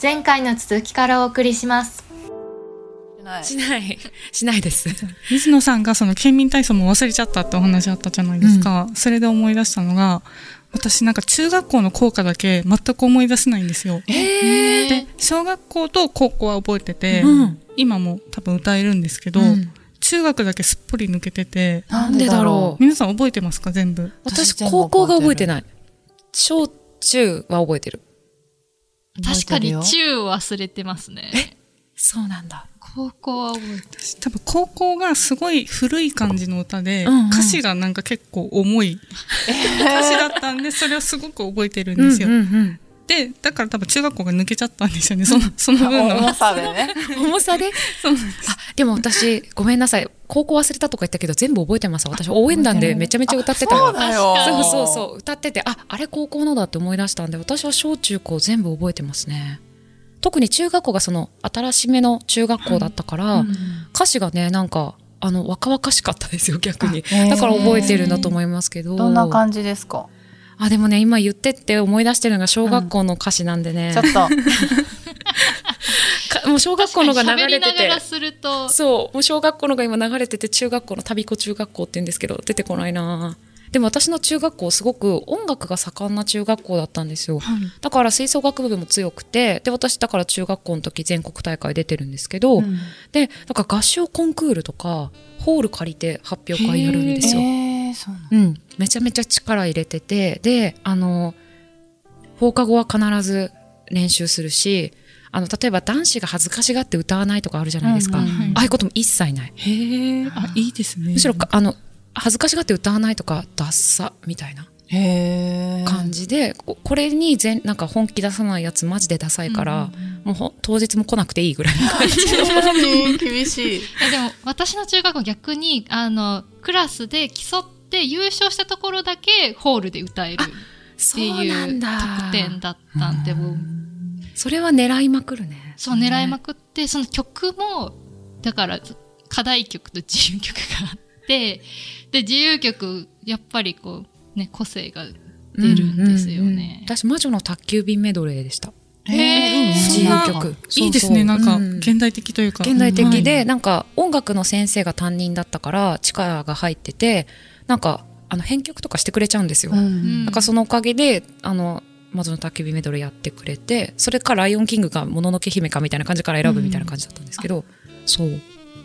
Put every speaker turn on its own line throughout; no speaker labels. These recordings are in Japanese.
前回の続きからお送りします
ない
しない。 しないです。
水野さんがその県民体操も忘れちゃったってお話あったじゃないですか。それで思い出したのが、私なんか中学校の校歌だけ全く思い出せないんですよ。で、小学校と高校は覚えてて、
うん
今も多分歌えるんですけど、中学だけすっぽり抜けてて、
なん
でだろ
皆さん覚えてますか全部。
私
私、
高校が覚えてない。小中は覚えてる。
う
確かに
覚えて
中忘れてますね。
そうなんだ。
高校は覚えて
私多分高校がすごい古い感じの歌で、
うんうん
歌詞がなんか結構重い歌詞だったんで、それをすごく覚えてるんですよ。
ん
で、だから多分中学校が抜けちゃったんですよね、そのその分
るよ
の。
重さでね
うん。重さ で
そうなん
あ、でも私、ごめんなさい。高校忘れたとか言ったけど、全部覚えてます。私、応援団でめちゃめちゃ歌ってた
そう
わ
だよ
そうそうそう、歌ってて、あ、あれ高校のだって思い出したんで、私は小中高全部覚えてますね。特に中学校がその、新しめの中学校だったから、歌詞がね、なんか、あの、若々しかったですよ、逆に。
あへー
だから覚えてるんだと思いますけど。
どんな感じです か
あ、でもね、今言ってって思い出してるのが小学校の歌詞なんでね
ちょ。っと
かもう小学校のが流れて
喋りなが
て
ら。すると、
そう、もう小学校のが今流れてて、中学校の旅子中学校って言うんですけど、出てこないなでも私の中学校、すごく音楽が盛んな中学校だったんですよ。だから吹奏楽部も強くて、で、私だから中学校の時全国大会出てるんですけど、で、なんか合唱コンクールとか、ホール借りて発表会やるんですよ。
えー、そうなの
うん、めちゃめちゃ力入れてて、で、あの、放課後は必ず練習するし、あの、例えば男子が恥ずかしがって歌わないとかあるじゃないですか。
うん
うんうん
ああいうことも一切ない。
へえ、あ、いいですね。
むしろか、あの、恥ずかしがって歌わないとか、ダッサ、みたいな
へえ
感じで、ここれに全、なんか本気出さないやつマジでダサいから、もうほん当日も来なくていいぐらいの感じ。
厳しい
えでも私の中学校逆にあのクラスで競って優勝したところだけホールで歌えるっていう得点だったんでもう
それは狙いまくるね。
そう狙いまくってその曲もだから課題曲と自由曲があってで自由曲やっぱりこうね個性が出るんですよ
うんうんうん
ね。
私、魔女の宅急便メドレーでした。
へー
自
そん
由
な
曲。
いいですね、
そ
な
うんそう
か、
うん
現代的というか。
現代的で、
はい
なんか音楽の先生が担任だったから力が入っててなんかあの編曲とかしてくれちゃうんですよ、
うん
なんかそのおかげであの魔女の焚き火メドレーやってくれてそれかライオンキングかもののけ姫かみたいな感じから選ぶみたいな感じだったんですけど、そう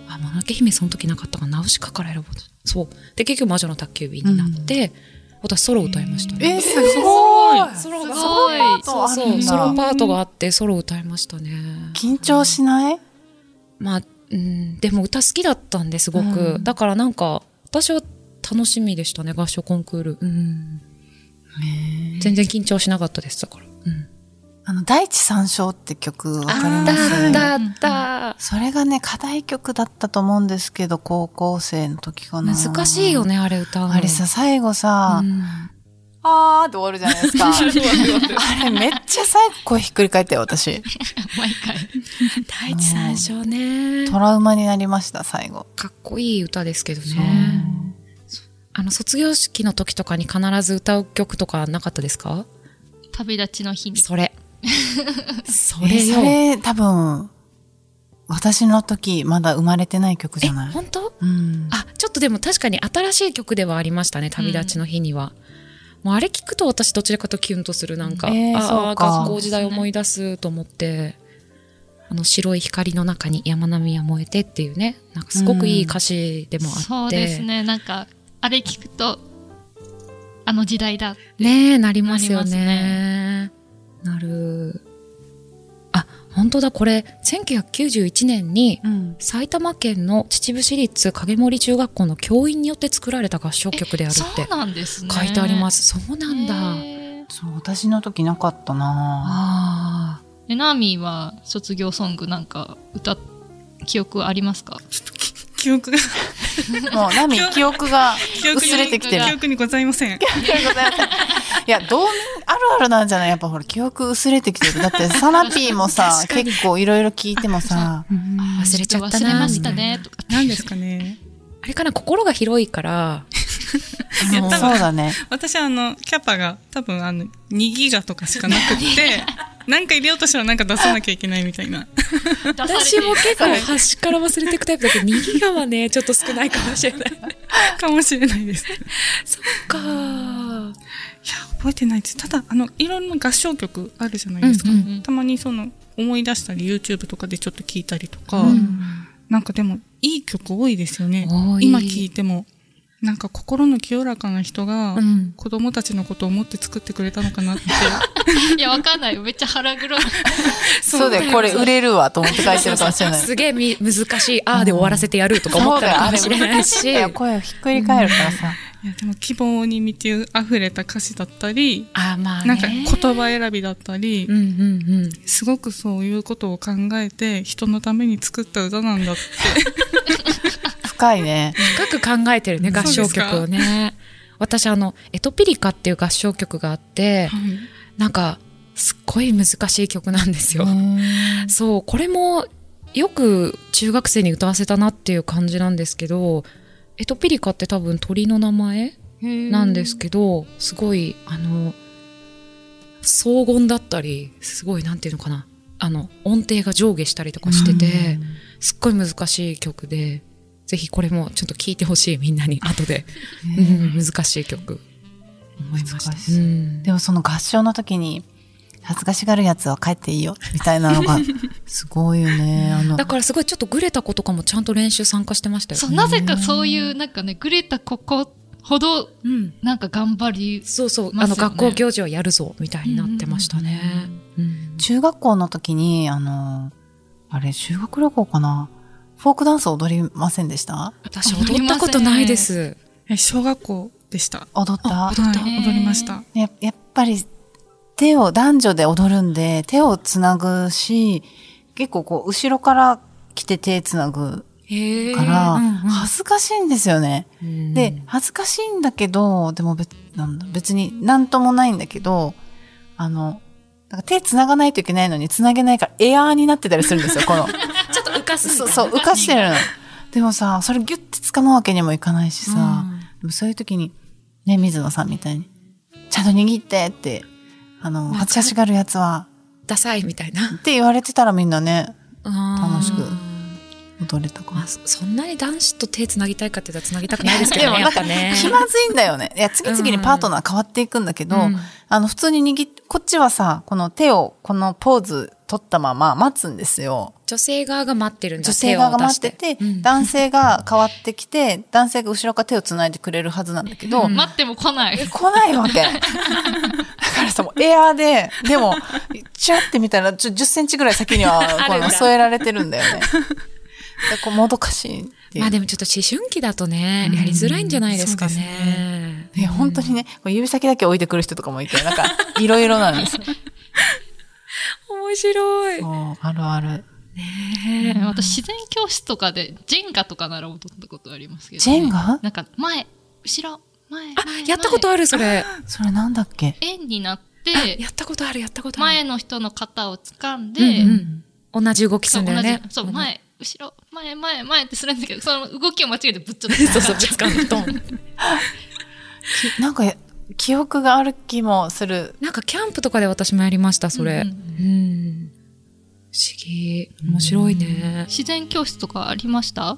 あもののけ姫その時なかったからナウシカから選ぼうとそうで結局魔女の宅急便になって、私ソロ歌いましたね
えー、すごい
ソロ
す
が
ごい
そう
そう
そうソ
ソ
ロ
ロ
パートがあってソロ歌いましたね
緊張しない
まあ、うん、でも歌好きだったんですごく、
うん
だからなんか私は楽しみでしたね合唱コンクール、うん、全然緊張しなかったですだから、うん、
あの、大地三章って曲わかりま
あ
す
ったあったあっ
それがね、課題曲だったと思うんですけど、高校生の時かな。
た難しいよ。ねあれ歌うの
あれさ、最後さ、
うん
あーって終わるじゃないですか。あれめっちゃ最後声ひっくり返ったよ、私。
毎回。
第一三章ね
トラウマになりました、最後。
かっこいい歌ですけどねあの卒業式の時とかに必ず歌う曲とかなかったですか
旅立ちの日に。
それそ
え、
れ
そ
よ
れ多分、私の時まだ生まれてない曲じゃない
本当
うん。
あ、ちょっとでも確かに新しい曲ではありましたね、旅立ちの日には。もうあれ聞くと私どちらかとキュンとする、なんか。
えー
あ
そ
あ、
うか
学校時代思い出すと思って。あの白い光の中に山並みは燃えてっていうね、なんかすごくいい歌詞でもあって。
そうですねなんかあれ聞くとあの時代だ
ねえ、なりますよ
な
ね。なる。あ、本当だ、これ、1991年に、
うん。
埼玉県の秩父市立影森中学校の教員によって作られた合唱曲である
そ
って
うなんですね
書いてありますす。そうなんだ。
そう、私の時なかった
あ
な
えナーミーは卒業ソングなんか歌記憶ありますか
記 憶が、
もう、ナミ、記憶が
記憶に
薄れてきてる
記。憶にございません。
ありがとうございます いや、道民あるあるなんじゃないやっぱほら、記憶薄れてきてる。だって、サナピーもさ、結構いろいろ聞いてもさ、
あ、忘れちゃったな。
忘れましたねとか
何ですかね。
あれかな、心が広いから、
いや
もう
多
そう
分
だね。
私あのキャパが多分あの2ギガとかしかなくって なんか入れようとしたらなんか出さなきゃいけないみたいな
私も結構端から忘れていくタイプだけ ど、右側はね、ちょっと少ないかもしれない。
かもしれないです
そっかー。
いや覚えてないですただあのいろんな合唱曲あるじゃないですか、
うんうんうん
たまにその思い出したり YouTube とかでちょっと聞いたりとか、
うん
なんかでもいい曲多いですよね
多い
今聞いてもなんか心の清らかな人が
うん
子供たちのことを思って作ってくれたの かなって、
いや、わかんないよ。めっちゃ腹黒い。
そうだよ、これ売れるわと思って書いてるかもしれない。
すげえみ難しい、あーで終わらせてやるとか思ったのかもしれないし。
や声をひっくり返るからさ。
いやでも希望に満ち溢れた歌詞だったり
あーまあね。
なんか言葉選びだったり、
うんうんうん。
すごくそういうことを考えて人のために作った歌なんだって
深いね。
深く考えてるね、合唱曲をね。私、あの、エトピリカっていう合唱曲があって、なんか、すっごい難しい曲なんですよ。そう、これもよく中学生に歌わせたなっていう感じなんですけど、エトピリカって多分鳥の名前なんですけど、すごい、あの、荘厳だったり、すごい、なんていうのかな、あの、音程が上下したりとかしてて、すっごい難しい曲で、ぜひこれもちょっと聴いてほしい、みんなに、後で。うん、難しい曲。思いました。
難し
う
い
ん
でもその合唱の時に、恥ずかしがるやつは帰っていいよ、みたいなのが、すごいよね。あの
だ、からすごいちょっとグレた子とかもちゃんと練習参加してましたよ。
そう、なぜかそういう、なんかね、グレたここほど、
うん。
なんか頑張り、
そうそう、
ま
あ
す
の
よね
学校行事はやるぞみたいになってましたね。うん
中学校の時に、あの、あれ、修学旅行かなフォークダンス踊りませんでした
私踊ったことないです。
え小学校でした
踊った
踊った
はい踊りました
ややっぱり手を男女で踊るんで手をつなぐし結構こう後ろから来て手つなぐ
へえ。
から、
うんうん
恥ずかしいんですよね。で、恥ずかしいんだけどでも別なんだ別になんともないんだけどあのなんか手つながないといけないのにつなげないからエアーになってたりするんですよこ の
ちょっと浮かすんだ
そうそう浮かしてるの。でもさそれギュッて掴むわけにもいかないしさ、
うん
でもそういう時に、ね、水野さんみたいに、ちゃんと握ってって、あの、
かる
恥ずかしがるやつは、
ダサいみたいな。
って言われてたらみんなね、楽
楽
しく踊れたか
まあ、
も。
そそんなに男子と手つなぎたいかって言ったらつなぎたくないですけ
で
ど
も
ね、
な
や
ん
っ
か
ぱね。
気まずいんだよね。いや、次々にパートナー変わっていくんだけど、
うん
あの、普通に握っこっちはさ、この手を、このポーズ取ったまま待つんですよ。
女性側が待ってるんだ
女性側が待ってて、男
性
性が変わってきて、男性が後ろから手を繋いでくれるはずなんだけど、
待っても来ない。
え来ないわけ。だからさ、もうエアーで、でも、チュって見たら、ちょ10センチぐらい先に は、
あ
こ
るん
の
だ
添えられてるんだよね。だからこう、もどかしいっていう。
まあでもちょっと思春期だとね、やりづらいんじゃないですか
そうです
ね。
いや本当にね、こう指先だけ置いてくる人とかもい て、なんか、いろいろなんですよ。
面白い。
もうあるある。
ね私、自然教室とかで、ジェンガとかなら踊ったことありますけど、
ジェンガ
なんか、前、後ろ、前、
あ
前、
やったことある、それ。
それなんだっけ
前円になっ
あ
て、
やったことある、やったことある。
前の人の肩を掴んで、
うんうん、同じ動きす
そ
る
うん
だ
同
よ
じ
ね。
そう、
ん、
前、後ろ、前、前、前ってするんだけど、 その動きを間違えてぶっちゃっ
そうそう、ぶつかんのドン。
きなんか、記憶がある気もする。
なんかキャンプとかで私もやりました、それ。う
う
んん
うん
不思議。面白いね。
自然教室とかありました
あ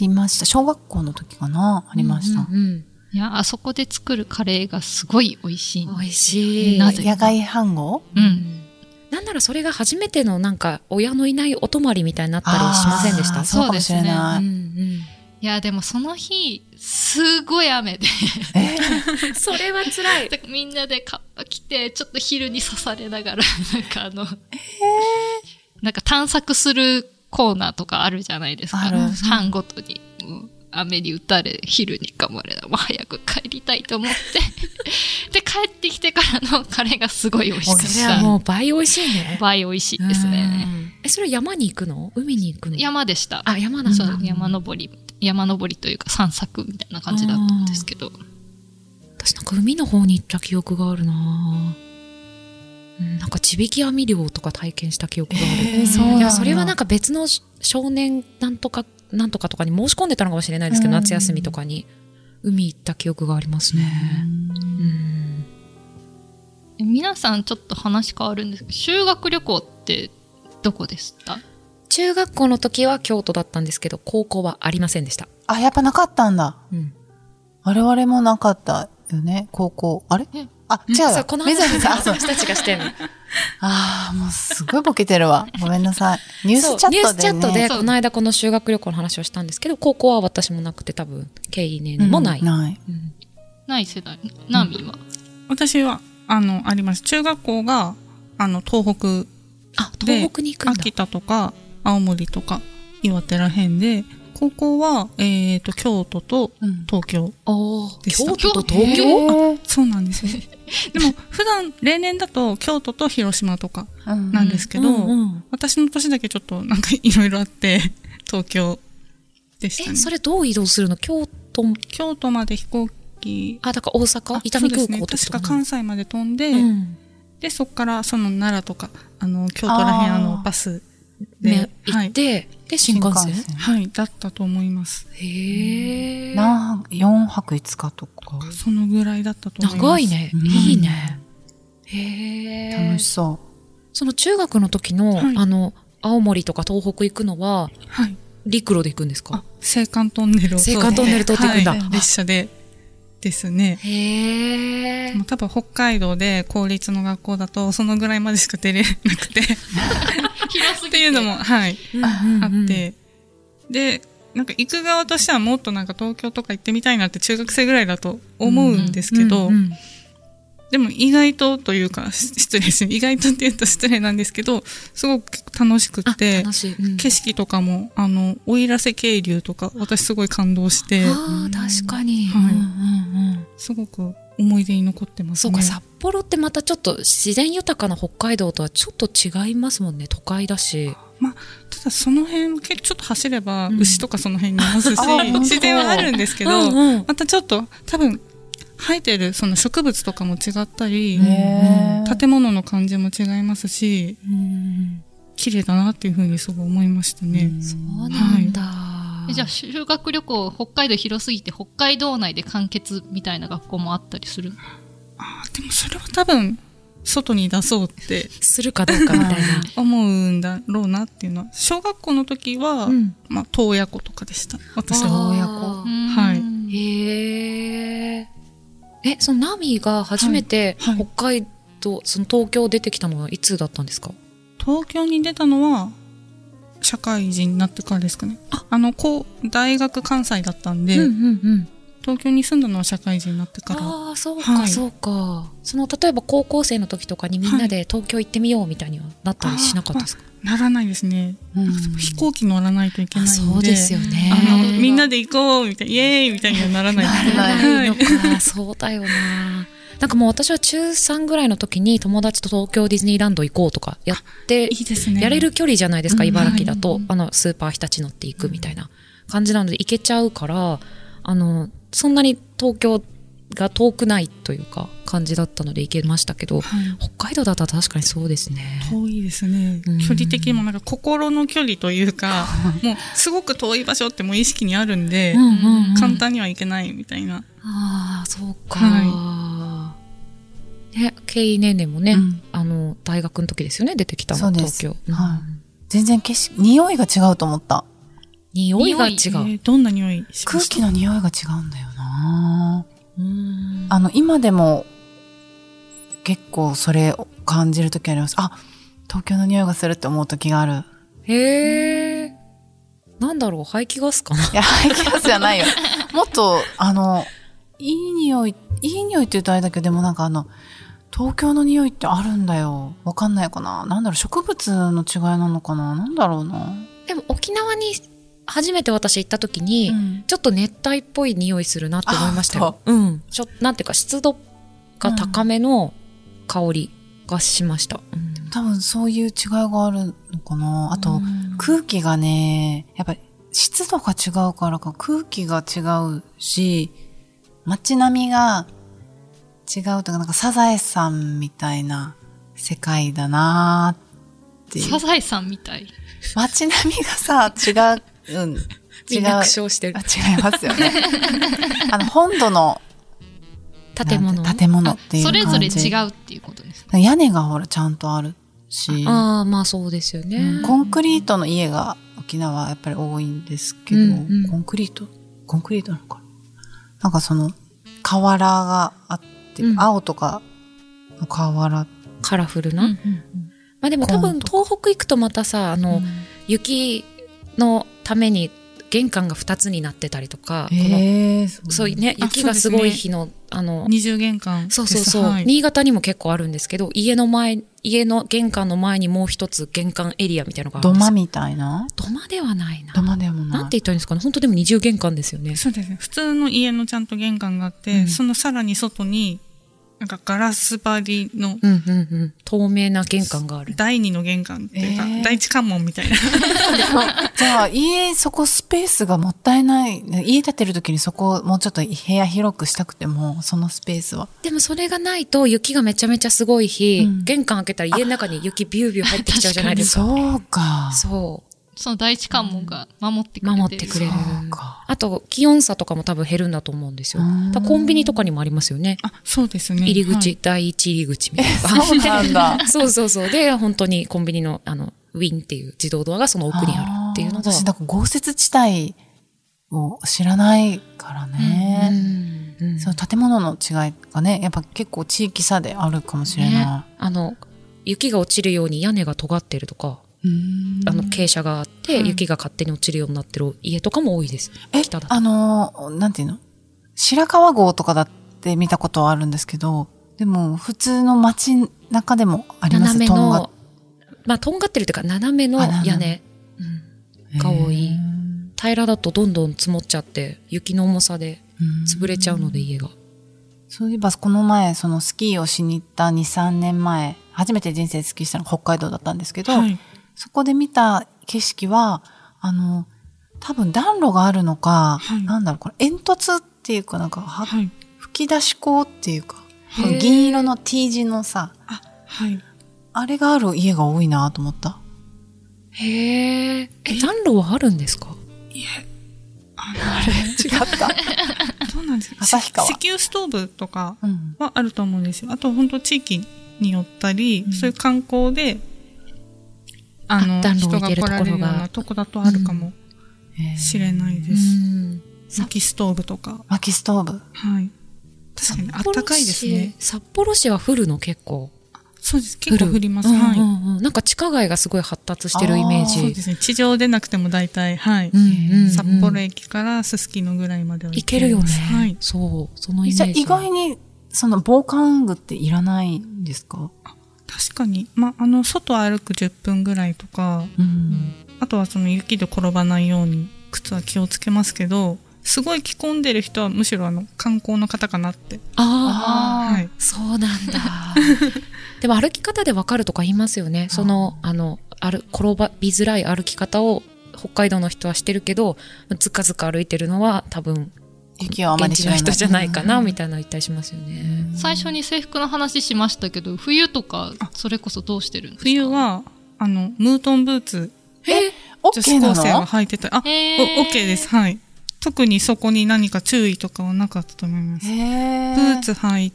りました。小学校の時かなありました。
うんうん
いや、あそこで作るカレーがすごい美味しい
美
の。
味しい。
な
あ
ぜ
野外飯合
うん。
なんならそれが初めてのなんか親のいないお泊まりみたいになったりしませんでし
あ
た
ーそうかもしれな
う
い。
ん
いや、でもその日、すごい雨で、
うん、それは辛い。
みんな でカッパ着て、ちょっと昼に刺されながら、 なんかあの、なんか探索するコーナーとかあるじゃないですか。
ある
班ごとに。うん雨に打たれ、昼に噛まれ、もう早く帰りたいと思って。 で、帰ってきてからのカレーがすごい美味しか
美味
っ
しい
じゃあ
た。
もう倍美味しいね。
倍美味しいですね。
うん。え、それは山に行くの海に行くの
山でした。
あ、山なん
そ
だ。
う、山登り、山登りというか散策みたいな感じだったんですけど。
私なんか海の方に行った記憶があるなぁうん、なんか地引き網漁とか体験した記憶がある。
えーそうなんだ
いや、それはなんか別の少年なんとか、なんとかとかに申し込んでたのかもしれないですけど、
うん
夏休みとかに。海行った記憶がありますね。 うん
え皆さんちょっと話変わるんですけど修学旅行ってどこでした
中学校の時は京都だったんですけど、高校はありませんでした。
あ、やっぱなかったんだ。
うん
我々もなかったよね、高校。あれ
え
あ、違 う
そ
わ
う、。この
水
話
野 さん。あ、そう
私たちが してんの。
あー、もうすごいボケてるわ。ごめんなさい。ニュースチャットで、ね。
そうニュースチャットで
そう
この間この修学旅行の話をしたんですけど、高校は私もなくて多分、経緯ねもない。
うんない。
うん
ない世代ナミは、
私は、あの、あります。中学校が、あの、東北
あ、東北に行くんだ
秋。田とか青森とか岩手らへんで高校は、えー、と京都と
うん
東京
おー
でした
京都と東京、
あそうなんですね でも普段例年だと京都と広島とか
うん
なんですけど、
うんうん
私の年だけちょっとなんかいろいろあって 東京でした
え、
ね
それどう移動するの京都、
京都まで飛行機
あ、だから大阪伊丹空港と
そうですね確か関西まで飛んで、
うん
でそこからその奈良とかあの京都らへん
あー
あのバス
ね
で、は
行っ
い、
て、で、新幹線
はい、だったと思います
へえ。
何4泊5日とか。
そのぐらいだったと思います。
長いね。
うん
いいね。へえ
楽。しそ
その中学の時の、
はい
あの、青森とか東北行くのは、
はい。
陸路で行くんです
あ
か、
青函トンネルを通って。
青函トンネル通っていくんだ
はい列車で。ですね。
へえ
も。う多分北海道で公立の学校だと、そのぐらいまでしか出れな くて。
広すぎ
っていうのも、はい、あっ。て。で、なんか行く側としてはもっとなんか東京とか行ってみたいなって中学生ぐらいだと思うんですけど、
うんうん
でも意外とというか、し失礼ですね。意外とって言うと失礼なんですけど、すごく楽しく
あ
っ、て、
楽しい。うん
景色とかも、あの、奥入瀬渓流とか、私すごい感動して、
ああ、確かに。
はい
うんうんうん
すごく思い出に残ってます
そう
ね。
か、札幌ってまたちょっと自然豊かな北海道とはちょっと違いますもんね。都会だし。
ただその辺、けちょっと走れば、
うん
牛とかその辺にいますし、
あ本当
自然はあるんですけど、
うんうん
またちょっと、多分、生えてるその植物とかも違ったり、
う。へー
建物の感じも違いますし、
うん
綺麗だなっていうふうにすごい思いましたね。
そうなんだ。
えじゃあ修学旅行北海道広すぎて北海道内で完結みたいな学校もあったりする
あーでもそれは多分、外に出そうって
するかどうかみたいな。
思うんだろうなっていうのは、小学校の時は、
うん
まあ、洞爺湖とかでした。私
あ
は。
親
う
子
ーん
はい
へえ。え、そのナミが初めて
はいは
北
い
海道、その東京出てきたのはいつだったんですか
東京に出たのは、社会人になってからですかね。あの、こう、大学関西だったんで、
うん。
東京に住んだのは社会人になってから。
ああ、そう
は
か、
い
そうか。その、例えば高校生の時とかにみんなで東京行ってみようみたいにはなったりしなかったですか
ならないですね。
うん
飛行機乗らないといけない
あ
んで。
そうですよね。
あ
え
の、
ー
みんなで行こうみたいな、イエーイみたいにはならないですね。
なら
ないの
はい
か、そうだよな。なんかもう私は中3ぐらいの時に友達と東京ディズニーランド行こうとかやって
いいですね。
やれる距離じゃないですか、
うん
茨城だと、
はい
あのスーパーひたち乗っていくみたいな感じなので行けちゃうからあのそんなに東京が遠くないというか感じだったので行けましたけど
はい。
北海道だったら確かにそうですね。
遠いですね
うん。
距離的にもなんか心の距離とい うか、もうすごく遠い場所ってもう意識にあるんで、
うんうんうん
簡単には行けないみたいな。
ああそうか、
は
ね経営年齢もね、
うん
あの大学の時ですよね出てきたの
そうで
東
す
京、
はい
うん
全然景色、匂いが違うと思った。
匂いが違う、
えーどんな匂いしま
空
した
気の匂いが違うんだよな
うん
あの、今でも結構それを感じる時あります。あ、東京の匂いがするって思う時がある。
へえなんだろう排気ガスかない
や、排気ガスじゃないよ。もっと、あの、いい匂い、いい匂いって言うとあれだけど、でもなんかあの、東京の匂いってあるんだよ。わかんないかな。なんだろう、植物の違いなのかな。なんだろうな。
でも沖縄に初めて私行った時に、
うん
ちょっと熱帯っぽい匂いするなって思いましたよ
あ。
うん。ちょなんていうか湿度が高めの香りがしました。うん
多分そういう違いがあるのかな。あと、
うん
空気がね、やっぱり湿度が違うからか空気が違うし、街並みが違うとか、なんかサザエさんみたいな世界だなーっていう
サ。ザエさんみたい
街並みがさ、違うん違
みん
う
な苦笑してる
あ。違います よね。あの、本土の
建物。
なんて建物っていう
そ
感じ
れぞれ違うっていうことですね。
屋根がほらちゃんとあるし、
ああ、まあそうですよね。
うん
コンクリートの家が沖縄はやっぱり多いんですけど、
うんうん
コンクリートコンクリートなのかななんかその、瓦があって、
うん
青とかの瓦。
カラフルな。まあでも多分東北行くとまたさ、あの、雪のために玄関が2つになってたりとか、この
ええー、
そういうね、
あ
雪がすご
そう
い
ですね
日の、あの、
二重玄関です。
そうそうそう、
はい
新潟にも結構あるんですけど、家の前、家の玄関の前にもう一つ玄関エリアみたいなのがある
土
んです
間
よ。
みたいな
土間ではないな。
土間でもない。
なんて言ったらいいんですかね。本当でも二重玄関ですよね。
そうですね。普通の家のちゃんと玄関があって、
うん
そのさらに外に、なんかガラス張りの
うんうんうん。透明な玄関がある。
第二の玄関っていうか、
えー
第一関門みたいな。
じゃあ家、そこスペースがもったいない。家建てるときにそこをもうちょっと部屋広くしたくても、そのスペースは。
でもそれがないと雪がめちゃめちゃすごい日、
うん
玄関開けたら家の中に雪ビュービュー入ってきちゃうじゃないですか。
そうか。
そう。
その第一関門が守ってくれてる。
守ってくれる
そうか。
あと、気温差とかも多分減るんだと思うんですよ。
うん
だからコンビニとかにもありますよね。
あ、そうですね。
入り口、
はい
第一入り口みたいな。
そうなんだ。
そうそうそう。で、本当にコンビニの、あの、ウィンっていう自動ドアがその奥にあるっていうのが。
あー私、なんか豪雪地帯を知らないから
う
ね。
んうん
その建物の違いがね、やっぱ結構地域差であるかもしれな
あの、雪が落ちるように屋根が尖ってるとか、
い。
あの、傾斜があって、雪が勝手に落ちるようになってる家とかも多いです。
え
北だ、と
あのー、なんていうの白川郷とかだって見たことはあるんですけど、でも普通の街中でもあります
斜め
トンガ
の、まあ、とんがってるというか、斜めの
あ斜
屋
め
根。うんが多い
へー
平らだとどんどん積もっちゃって、雪の重さで
うん
潰れちゃうので家が。
そういえば、この前、そのスキーをしに行った2、3年前、初めて人生スキーしたのが北海道だったんですけど、
はい。
そこで見た景色は、あの、多分暖炉があるのか、
はい
なんだろう、これ煙突っていうか、なんか、は
はい。
吹き出し口っていうか、
は
へー
い。
銀色の T 字のさ、
あ、はい。
あれがある家が多いなと思った。
へえ。え、暖炉はあるんですか
あの、
違った。
そうなんですか。
旭川
し石油ストーブとか
うん。
はあると思うんですよ。あと、本当地域によったり、そういう観光で、あの、
あ暖炉
人
置い
が
て
来
るところが
られるようなとこだとあるかも
えー
しれないで
う
す。
ん。
薪ストーブとか。
薪ストーブ。
はい。確かに、あったかいですね。
札幌市は降るの結構。
そうです。結構降ります。
うん
はい。
うんうんなんか地下街がすごい発達してるイメー
あー
そう
ジ
で。すね。地上でなくても大体、はい。
うんうん
札幌駅からすすきのぐらいまでは
行けるよね。
はい。
そう、そのイメージ。
じゃあ意外に、その防寒具っていらないんですか
確かに。ま、あの、外歩く10分ぐらいとか、
うん。
あとはその雪で転ばないように靴は気をつけますけど、すごい着込んでる人はむしろあの、観光の方かなって。
ああ、
はい。
そうなんだ。でも歩き方でわかるとか言いますよね。その、あの、ある、転ば、びづらい歩き方を北海道の人はしてるけど、ずかずか歩いてるのは多分、
雪はあま
現
り
地
知
の
らない。
人じゃないかな、みたいなの言ったりしますよね。
最初に制服の話しましたけど、冬とか、それこそどうしてるんですか
冬、は、あの、ムートンブーツ、
え、オッ
女
ケ
子
ーな
高生が
の
履いてた。あ、
へー
お OK です。はい。特にそこに何か注意とかはなかったと思います。
へ
ブーツ履い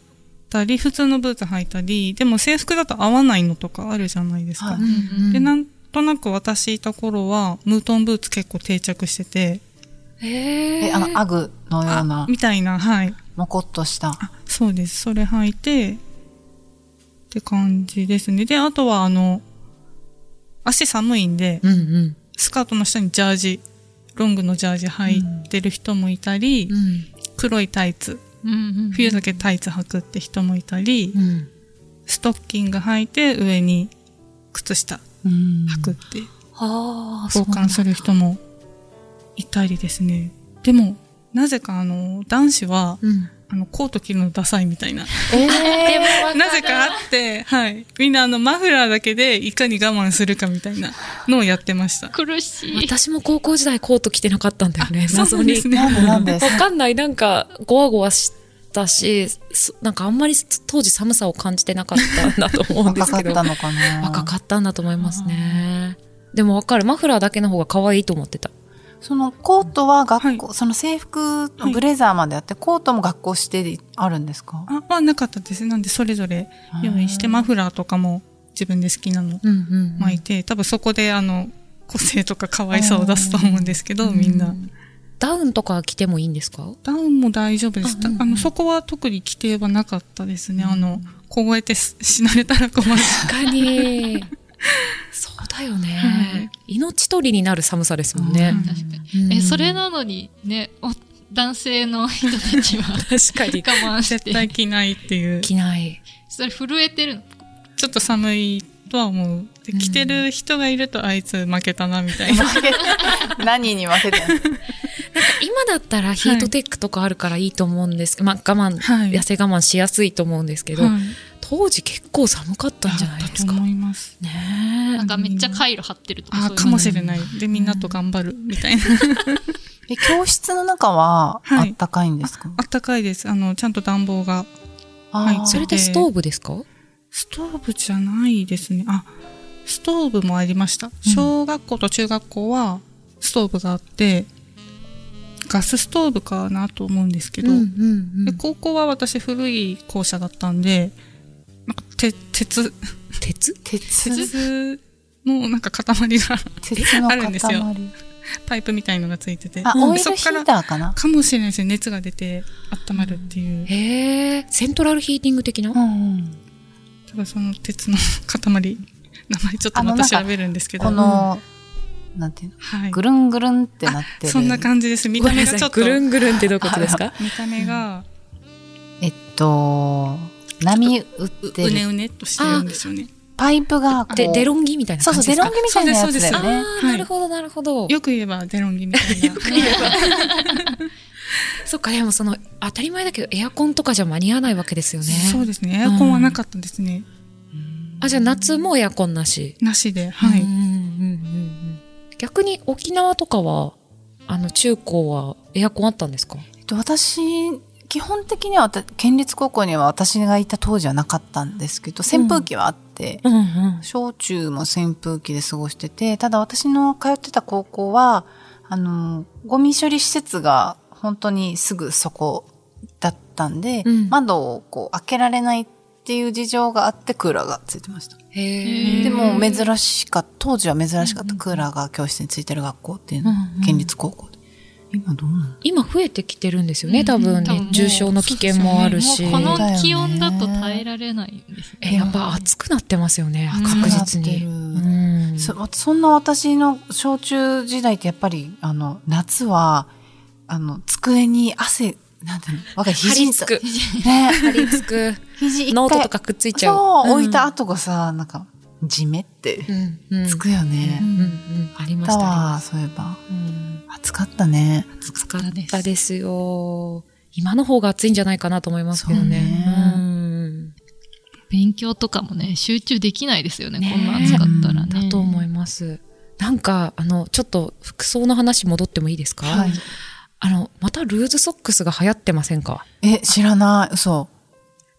たり、普通のブーツ履いたり、でも制服だと合わないのとかあるじゃないですか。
はい
うんうん
で、なんとなく私いた頃は、ムートンブーツ結構定着してて、
へ
え、あの、アグのよう
あ
な、
みたいな、はい。
もこっとした。
あそうです。それ履いて、って感じですね。で、あとはあの、足寒いんで、
うんうん。
スカートの下にジャージ、ロングのジャージ履いてる人もいたり、
うん
黒いタイツ、
うんうん、
冬だけタイツ履くって人もいたり、
うん。
ストッキング履いて上に靴下
うん
履くって
ああ、
交換する人もいたりですね。でも、なぜかあの、男子は、
うん。
あの、コート着るのダサいみたいな。
でもわかる
なぜかあって、はい。みんなあの、マフラーだけでいかに我慢するかみたいなのをやってました。
苦しい。
私も高校時代コート着てなかったんだよ ね。
そう
謎
なんで
に
す。ね。
なんでなんで
わかんない。なんか、ゴワゴワしたし、そなんかあんまり当時寒さを感じてなかったんだと思うんで
若
す
か
け
っ
ど。
たのかな
若かったんだと思いますね。でもわかる。マフラーだけの方が可愛いと思ってた。
そのコートは学校、その制服
は
の
い
ブレザーまであって、コートも学校指定であるんですか
あ、はなかったです。なんで、それぞれ用意して、マフラーとかも自分で好きなの
うんうん
巻いて、多分そこで、あの、個性とか可愛さを出すと思うんですけど、みんな。
ダウンとか着てもいいんですか
ダウンも大丈夫でした。
あ
あ,、
うんうん
の、そこは特に規定はなかったですね。あの、凍えてし死なれた ら困る。
確かに。 そうだよね、
はい
命取りになる寒さですもんね。
うん
確かに。
うん
え、それなのに、ね、お男性の人たち
確
は
かに。
我慢し
絶
て、
対着ないっていう。
着ない。
それ震えてるの。
ちょっと寒いとは思う。で
うん
着てる人がいるとあいつ負けたなみたいな。
負け何に負けてんの
今だったらヒートテックとかあるからいいと思うんですけど、まあ我慢、
はい
痩せ我慢しやすいと思うんですけど、
はい
当時結構寒かったんじゃないですか。
だと
ね
思います。
え
なんかめっちゃ回路張ってるとか。
あ
そういうの
かもしれない。で、みんなと頑張るみたいな。
え教室の中はあ
はい
ったかいんですか、
あったかいです。あの、ちゃんと暖房が。はい
あー
それでストーブですか
ストーブじゃないですね。あ、ストーブもありました。小学校と中学校はストーブがあって、ガスストーブかなと思うんですけ
う
ど、
ん
で高校は私古い校舎だったんで、なんかて鉄、
鉄
鉄
鉄のなんか塊が
鉄の塊
あるんですよパイプみたいのがついてて。
あ、
うん
オイルヒ
そっ
ー
か
ターかな
らかもしれないですね。熱が出て温まるっていう。
へえ、セントラルヒーティング的な、
うんうん
ただその鉄の塊、名前ちょっとまた調べるんですけど。
この、なんていうの
はい。
ぐるんぐるんってなってる。
そんな感じです。見
ご
た
めん
目
な
が
さ
ち
い、
ょっと。
ぐるんぐるんってどういうことですか
見た目が、
えっと、波打っ
う
て
うね
る
うねっとしてるんですよね。
パイプがこう、
で、デロンギみたいな
そう
感
そ
じで
う、デ
すか
ロンギみたいなやつだよ
そうですそう
ね
で。
あ
ね
ー
はい
なるほど、なるほど。
よく言えばデロンギみたいな。
そっか、でもその、当たり前だけど、エアコンとかじゃ間に合わないわけですよね。
そうですね。エアコンはなかったですね。
あ、じゃあ夏もエアコンなし。
なしで。はい。
うんうんうんうん逆に沖縄とかは、あの、中高はエアコンあったんですか
えっと私、基本的にはわた県立高校には私がいた当時はなかったんですけど、扇風機はあって、
うんうん。
小中も扇風機で過ごしてて、ただ私の通ってた高校は、あの、ゴミ処理施設が本当にすぐそこだったんで、
うん
窓をこう開けられないっていう事情があってクーラーがついてました。
へえ。
でも珍しかった、当時は珍しかったクーラーが教室についてる学校っていうの、
うんうん
県立高校で。今どうなの
今増えてきてるんですよね、多分
多分
ね
も。う
重症の危険もあるし。
もうこ
そうだよ
の
ね
気温だと耐えられないんですね。
えやっぱ暑くなってますよね、
うん
確実に。
暑くなって
うん
そそんな私の小中時代ってやっぱり、あの、夏は、あの、机に汗、なんていうのわかる
張
肘
り
に
付く。
ね。
張り付く。
肘一回
ノートとかくっついちゃう。
そう、
ん
置いた。後がさ、なんか、じめって
うんうん
つくよ
う
ね。
んうんありま
だ
した。
わ、
あ
そういえば。
りました
暑かったね。
暑かったですよ。今の方が暑いんじゃないかなと思いますけどね。
そうね
うん
勉強とかもね、集中できないですよね、
ねえ
こんな暑かったらね。
だと思います。なんか、あの、ちょっと服装の話戻ってもいいですか
はい。
あの、またルーズソックスが流行ってませんか
え、知らない。嘘。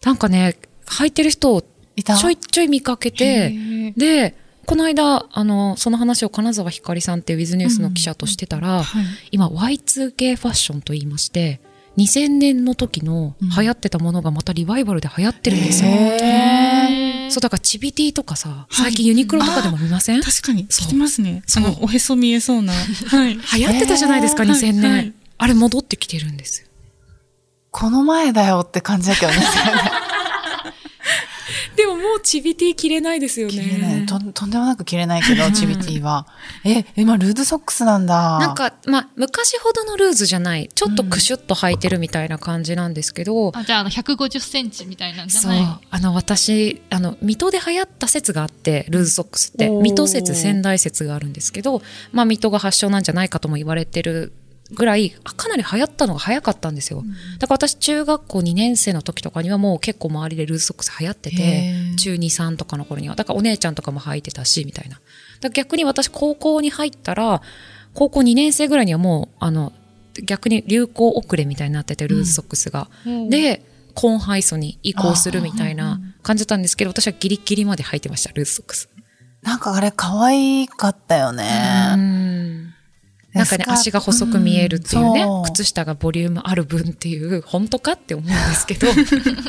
なんかね、履いてる人を
いた
ちょいちょい見かけて、で、この間、あの、その話を金沢ひかりさんっていうウィズニュースの記者としてたら、
はい。
今 Y2K ファッションと言いまして、2000年の時の流行ってたものがまたリバイバルで流行ってるんですよ。
へー
そう、だからチビティとかさ、最近ユニクロとかでも見ません、
確かに。
そう
着てますね。
そ
あ
う
の、おへそ見えそ うな。はい。
流行ってたじゃないですか、
えー
2000年、
はいはい
あれ戻ってきてるんですよ。
この前だよって感じだけど ね。
でももうチビティ着れないですよね。
切れない。とんとんでもなく切れないけど、チビテ ィは。え、今ルーズソックスなんだ。
なん、か、まあ、昔ほどのルーズじゃない、ちょっとクシュッと履いてるみたいな感じなんですけど、
あじゃあ、あの、150センチみたいなんじゃ
そう
ない。
あの私あの水戸で流行った説があってルーズソックスって
おー
水戸説仙台説があるんですけど、まあ、水戸が発祥なんじゃないかとも言われてるぐらいあかなり流行ったのが早かったんですよ、だから私中学校2年生の時とかにはもう結構周りでルーズソックス流行ってて
へー
中23とかの頃にはだからお姉ちゃんとかも履いてたしみたいなだから逆に私高校に入ったら高校2年生ぐらいにはもうあの逆に流行遅れみたいになっててルーズソックスが、でコーンハイソに移行するみたいな感じだったんですけど私はギリギリまで履いてましたルーズソックス、
なんかあれ可愛かったよね。
なんかね、
スカート
足が細く見えるっていうね、
そう
靴下がボリュームある分っていう、本当かって思うんですけ ど、履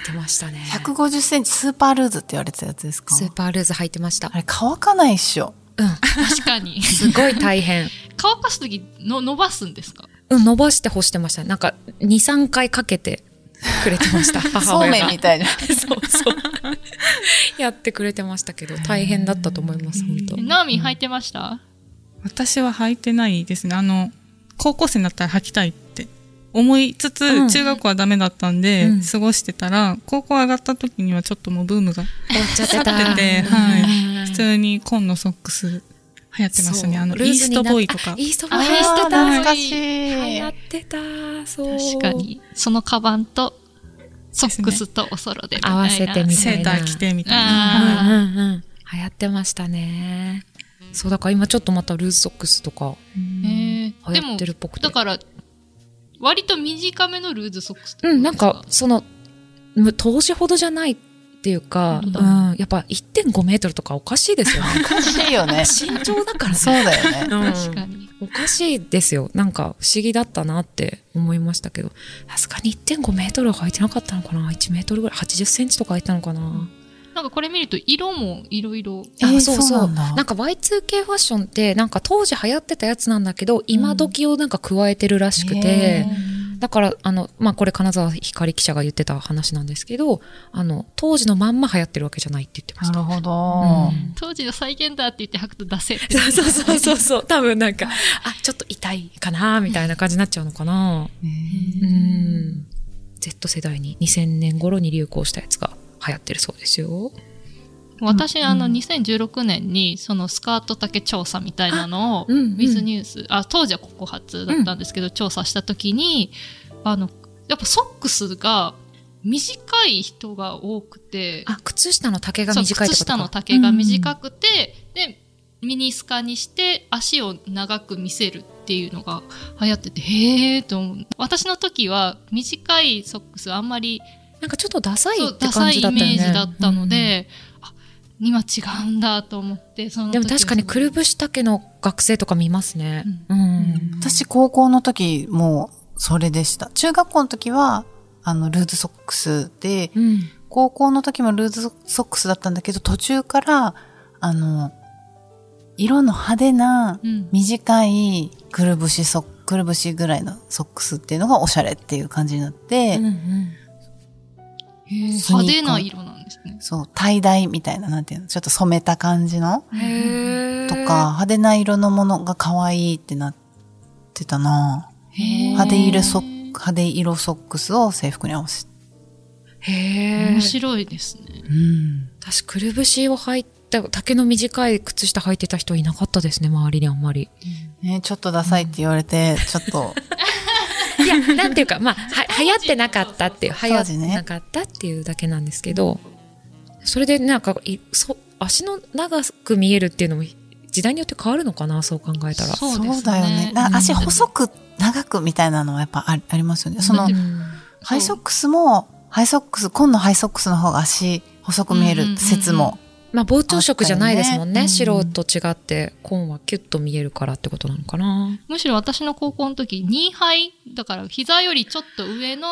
いてましたね。
150センチスーパールーズって言われてたやつですか
スーパールーズ履いてました
あ。れ乾かないっしょ。
確か に。
すごい大変。
乾かすときの伸ばすんですか
うん、伸ばして干してました。なんか、2、3回かけてくれてました。母
そう
親が
めんみたいな。
そうそう。やってくれてましたけど、大変だったと思います、本当
えナーミン履いてました
私は履いてないですね。あの、高校生になったら履きたいって思いつつ、
うん
中学校はダメだったんで、
うん
過ごしてたら、高校上がった時にはちょっともうブームが
終わっちゃってた。
去ってて、はい。普通に紺のソックス流行ってましたね。
そう
あの、イ
ルズ
ーストボーイ
にな
と
っ
か
あ。イーストボ
あ
ーイ
れしてた
ー懐かし
流
い
行。ってた。そう。
確か。に。そのカバンと、ソックスとおそろでみたいな。
合わせてみ
セーター着てみたい
うん
あ
な。
ー
うんうん。流行ってましたね。そう、だから今ちょっとまたルーズソックスとか
へー
流
で
行
も
って、るっぽくて。
だから、割と短めのルーズソックスってこと
う
です
ん、なんか、その、む投資ほどじゃないっていうか、う
本当
ん、やっぱ1.5メートルとかおかしいですよね。
おかしいよね。
身長だからね。
そうだよね。
うん
確かに。
おかしいですよ。なんか不思議だったなって思いましたけど、さすがに1.5メートルは履いてなかったのかな ?1 メートルぐらい、80センチとか履いてたのかな、
なんかこれ見ると、色もいろいろ。
えー
あそうそう
そうなんだ
なんか Y2K ファッションって、なんか当時流行ってたやつなんだけど、今時をなんか加えてるらしくて、
へ
だから、あの、まあ、これ金沢光記者が言ってた話なんですけど、あの、当時のまんま流行ってるわけじゃないって言ってまし
な
た。
るほど。
うん
当時の再現だって言って履くと出せる。
そうそうそうそうそう。多分なんか、あ、ちょっと痛いかなみたいな感じになっちゃうのかな
ね
うん Z 世代に2000年頃に流行したやつが流行ってるそうですよ。
私、あの、2016年に、そのスカート丈調査みたいなのを、
うんうん
ウィズニュース、あ、当時はここ発だったんですけど、調査した時に、あの、やっぱソックスが短い人が多くて、
あ、靴下の丈が
そう
短いってこ
靴
と
下の
か。
丈が短くて、で、ミニスカにして足を長く見せるっていうのが流行ってて、へーと思う。私の時は短いソックスあんまり
なんかちょっとダサいっ
そう
て
ダサ
感
い
じ
イ
だったよ
メ
ね。
ージだったので、あ今違うんだと思ってそ
うん。
の
で
時
も確かにくるぶし丈の学生とか見ますね。うん。
私、高校の時もうそれでした。中学校の時は、あの、ルーズソックスで、
うん。
高校の時もルーズソックスだったんだけど、途中から、あの、色の派手な
うん
短いくるぶしソックくるぶしぐらいのソックスっていうのがおしゃれっていう感じになって、
うんうん
スニーカー
派手な色なんですね
そう、滞在みたいな、なんていうの、ちょっと染めた感じの
へー
とか、派手な色のものが可愛いってなってたな派手色ソック、派手色ソックスを制服に合わせて。
へ
面
ー
白いですね
うん。
私、くるぶしを履いた、丈の短い靴下履いてた人いなかったですね、周りにあんまり。
ねちょっとダサいって言われて、ちょっと、
いや、なんていうか、まあ、 は流行ってなかったっていう、流行っ
当
て
時ね
なかったっていうだけなんですけど、それでなんか、いそ足の長く見えるっていうのも、時代によって変わるのかな、そう考えたら。
そうですね
だよね。
う
なんんか足細く、長くみたいなのはやっぱありありますよね。その
う、
ん
ハイソックスも、ハイソックス、紺のハイソックスの方が足細く見える説も。
まあ、膨張色じゃないですもんね。
あった
白
よね
と違って、紺はキュッと見えるからってことなのかな。
むしろ私の高校の時ニーハイだから膝よりちょっと上の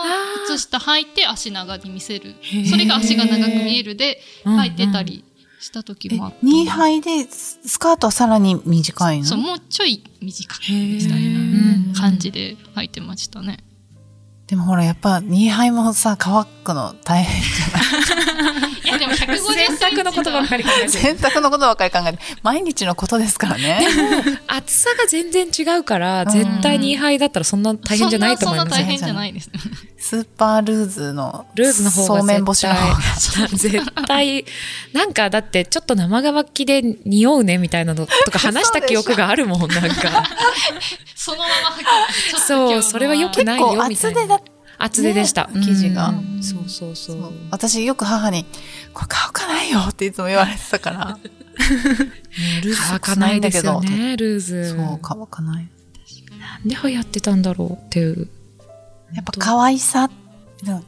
靴下履いて足長に見せるそれが足が長く見えるで
うん
履いてたりした時もあった
え、ニーハイでススカートはさらに短いの
そうもうちょい短いみたいな
うん
感じで履いてましたね
でもほら、やっぱ、ニーハイもさ、乾くの大 変じゃない
いやでも150セン
選択
チだ
のことばかり考 えてる。
洗濯のことばっかり考えて、毎日のことですか らね。
厚さが全然違うから、絶対に位牌だったらそんな大変じゃないと思い
そん
ます
なそ
ね。
んな大変じゃないですね
スーパールーズの、
ルーズの方が絶対
そうめん干しの方が。
絶対、なんかだってちょっと生乾きで匂うねみたいなのとか話した記憶があるもん、なんか。
そのまま履きちょっと今日
そ
は
う、それは良くない
結構
よみた
厚
いな。
手だ
厚手でした。
ね生地が
うんそうそうそう。
私よく母に、これ乾かないよっていつも言われてたから。ル
乾かないですよ
乾かないんだ
ね、ルー
け
ズ。
どそう、乾かない。
なんで流行ってたんだろうっていう。
やっぱ可愛さ、うん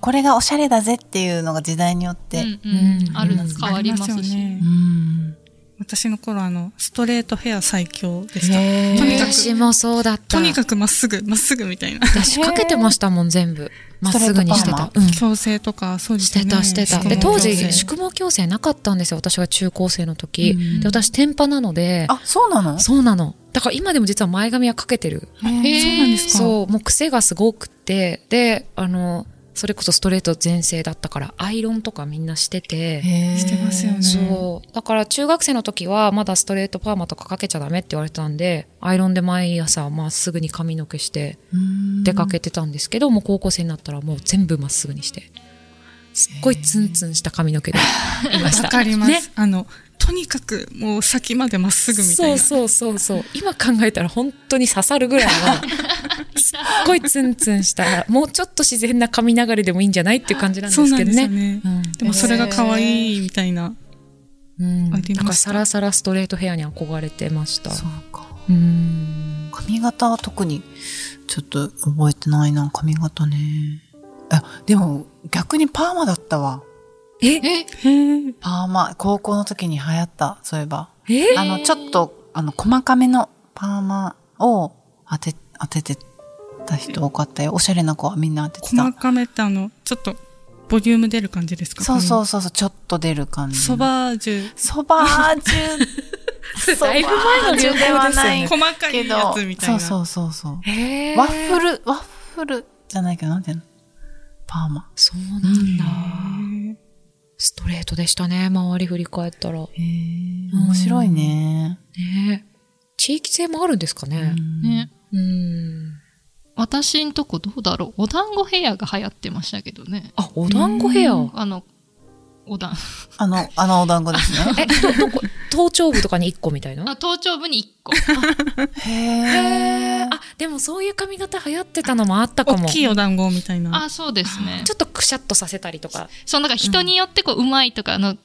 これがおしゃれだぜっていうのが時代によって。
うんうん
うん
あるの変わります
あよ
し。
ね
うん
私の頃あの、ストレートヘア最強でした。
へー
とにかく
私もそうだった。
とにかくまっすぐ、まっすぐみたいな。
私かけてましたもん、全部。まっすぐにしてた
ス。
うん。
矯正とか、そうで
し
すよ
て
ね。
た、してた。で、
矯正
当時、宿毛矯正なかったんですよ。私が中高生の時。
うん
で、私、天パなので、
あ、そうなの
そうなの。だから今でも実は前髪はかけてる。
へー
そうなんですか
そう、もう癖がすごくて、で、あの、それこそストレート全盛だったから、アイロンとかみんなしてて、
へー
してますよね。
そう。だから中学生の時はまだストレートパーマとかかけちゃダメって言われてたんで、アイロンで毎朝まっすぐに髪の毛して
うん
出かけてたんですけど、もう高校生になったらもう全部まっすぐにして、すっごいツンツンした髪の毛でいました。
わかります、
ね
あの、とにかくもう先までまっすぐみたいな。
そうそうそうそう今考えたら本当に刺さるぐらいのすっごいツンツンしたもうちょっと自然な髪流れでもいいんじゃないっていう感じなんで
そう
す
なん
けど
ですよ
ね
ね。
うん
でもそれが可愛いみたいな。
うん
あ
だ
りました
からサラサラストレートヘアに憧れてました
そうか。
うん
髪型は特にちょっと覚えてないな、髪型ね。あ、でも逆にパーマだったわ。
え
え
へー
パーマ、高校の時に流行った、そういえば。
え
あの、ちょっと、あの、細かめのパーマを当て、当ててた人多かったよ。おしゃれな子はみんな当てて
細
た。
かめってあの、ちょっとボリューム出る感じですか。
そうそううそうそう、ちょっと出る感じ。
ソ。バージュ。
そば ーじゅ
だいぶ前の情報ですよね
はない
細か
け
いや
ど
つみ、たい
そ
な。
うそうそうそう。
え
ワッフル、ワッフルじゃないけど、なんていうのパーマ。
そうなんだ、
へー
ストレートでしたね周り振り返ったら
へえ、面白いね。
ね地域性もあるんですかね
ね、
うん
私んとこどうだろうお団子ヘアが流行ってましたけどね。
あお団子ヘア
あの、お団、
あの、あのお団子ですね。
えど どこ頭頂部とかに1個みたいな
あ、頭頂部に1個。
へえ。
あでもそういう髪型流行ってたのもあったかも
大きいお団子みたいな。
あ、そうですね。
ちょっとくしゃっとさせたりとか
そう、なんか人によってこう、うまいとか、あの、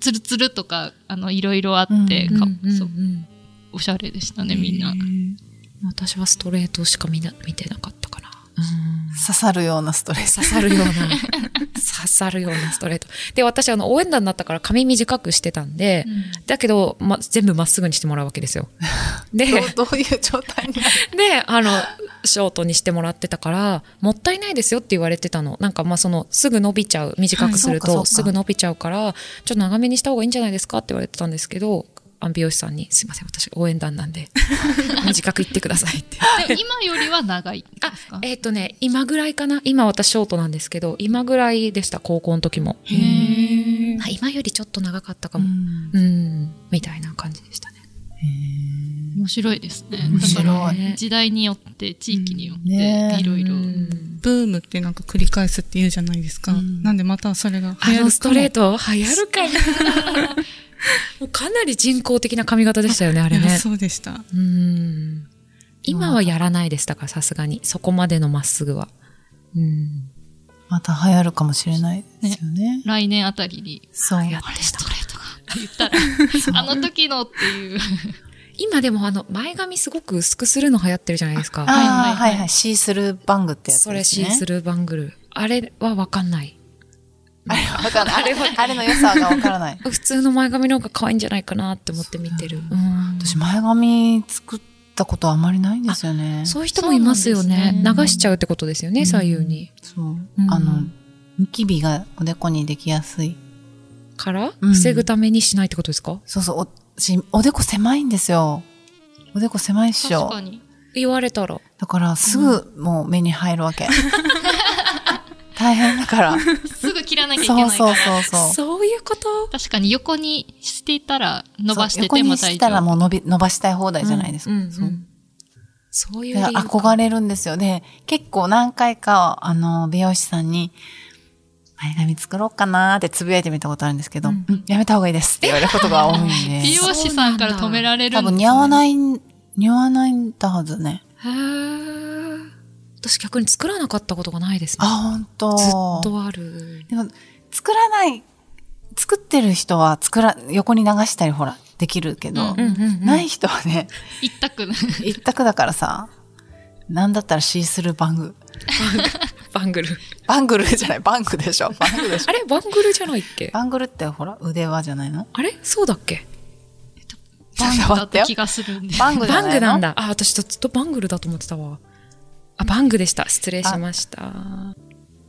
つるつるとか、あの、いろいろあって、
か
か
そ
そううおしゃれでしたね、みんな。
私はストレートしか見な見てなかったかな
刺さるようなストレス。
刺さる ような刺さるようなストレートで私あの応援団になったから髪短くしてたんで、だけど、ま、全部まっすぐにしてもらうわけ ですよで
どうどういう状態になる
で、あの、ショートにしてもらってたから、もったいないですよって言われてたの。なんかまあその、すぐ伸びちゃう。短くする
は
と
いそうかそうか
すぐ伸びちゃうから、ちょっと長めにした方がいいんじゃないですかって言われてたんですけど、あ美容師さんに、すいません、私応援団なん で、短く言ってくださいって。
でも今よりは長いんですか
えっ、とね、今ぐらいかな。今私ショートなんですけど、今ぐらいでした、高校の時も。
へー
あ今よりちょっと長かったか
う
も。
ん
うん、みたいな感じでしたね。
面白いですね。
面白い
だから時代によって、地域によって、
ね
いろいうろ。
ん
ブームってなんか繰り返すって言うじゃないですか。
うん
なんでまたそれが
あ
流行るかも
のストレート流行るかな もうかなり人工的な髪型でしたよね、あれ
いや
ね。
そうでした。
うん。今はやらないです、だからさすがに。そこまでのまっすぐは。うん。
また流行るかもしれないですよね。
来年あたりに、
そう。
や
あれストレートかって言 ったら、あの時のっていう。
今でもあの、前髪すごく薄くするの流行ってるじゃないですか。
ああ、
ははいは
はい
い
いはい。シースルーバングってやつ
そ
で
れ
す
シ
ね。
ースルーバングルー。あれはわかんない。
あれはわからない。あれはあれの良さがわからない。
普通の前髪の方が可愛いんじゃないかなって思って見てる。うん。
私前髪作ったことあまりないんですよね。
そういう人もいますよね。
そうなんですね
流しちゃうってことですよね、左右に。
そう。
ん
あの、ニキビがおでこにできやすい。
から、
うん
防ぐためにしないってことですか
そうそう。おしおでこ狭いんですよ。おでこ狭いっし
確
ょ
か。に。
言われたら。
だからすぐもう目に入るわけ。 大変 だから。
すぐ切らなきゃいけ
そ
な
う
いか
そ
ら
う。そうそう。
そういうこと
確かに横にしていたら伸ばして
そう
て
横
も
に
大
した
丈
ら
夫。
もう伸び、伸ばしたい放題じゃないですか。
うんうんうん
そう
そういう
だ
理
か
由
ら
か
憧れるんですよ。で、結構何回か、あの、美容師さんに、前髪作ろうかなーってつぶやいてみたことあるんですけど、
うん
うんやめた方がいいですって言われることが多いんで、
美容師さんから止められる
多
んですね
分似合わない、似合わないんだはずね。
へー私逆に作らなかったことがないですね。
あ、ほんと。
ずっとある。
でも、作らない、作ってる人は作ら、横に流したりほら、できるけど、
うん
うんうん
ない人は ね、
一択。
一択だからさ、なんだったらシースルーバング。
バングル。
バングルじゃない、バングでしょ。バングでしょ。
あれバングルじゃないっけ
バングルってほら、腕輪じゃないの
あれそうだっけ
バングだった気がするんで。
バングじ
バ
ゃない
ン
の
グなんだ。あ、私ずっとバングルだと思ってたわ。あ、バングでした。失礼しました。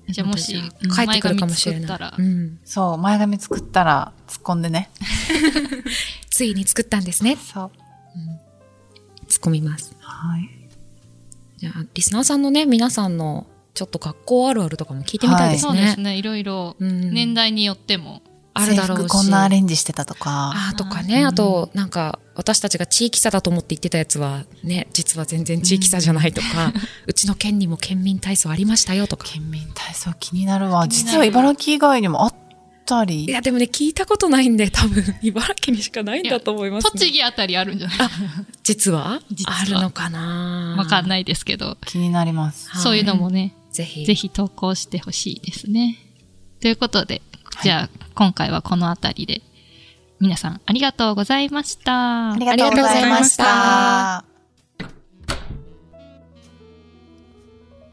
じゃあもし、
帰ってくるかもしれ
前髪作
な
ったら
い。うん
そう、前髪作ったら突っ込んでね。
ついに作ったんですね。
そう。
突っ込みます。
はい。
じゃあ、リスナーさんのね、皆さんの、ちょっと学校あるあるとかも聞いてみたいですね。
そうですね、いろいろ、
うん
年代によっても、
あるだろう
制
し。
服こんなアレンジしてたとか。
あーとかね、あと、なんか、私たちが地域差だと思って言ってたやつは、ね、実は全然地域差じゃないと か、うちの県にも県民体操ありましたよとか。
県民体操気になるわ。実は茨城以外にもあった
い
り。
や、でもね、聞いたことないんで、多分、茨城にしかないんだと思います、ね。
栃木あたりあるんじゃない
実は
実は
あるのかな
わかん
い。
ないですけど、
気になります。
はい
そういうのもね、
ぜひ。
ぜひ投稿してほしいですね。ということで、じゃあ、今回はこのあたりで、皆さんありがとうございました。
ありがとうございまし
ありがとうございま
た。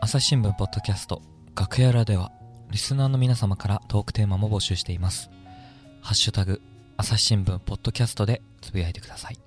朝日新聞ポッドキャスト「楽屋裏」ではリスナーの皆様からトークテーマも募集しています「ハッシュタグ朝日新聞ポッドキャスト」でつぶやいてください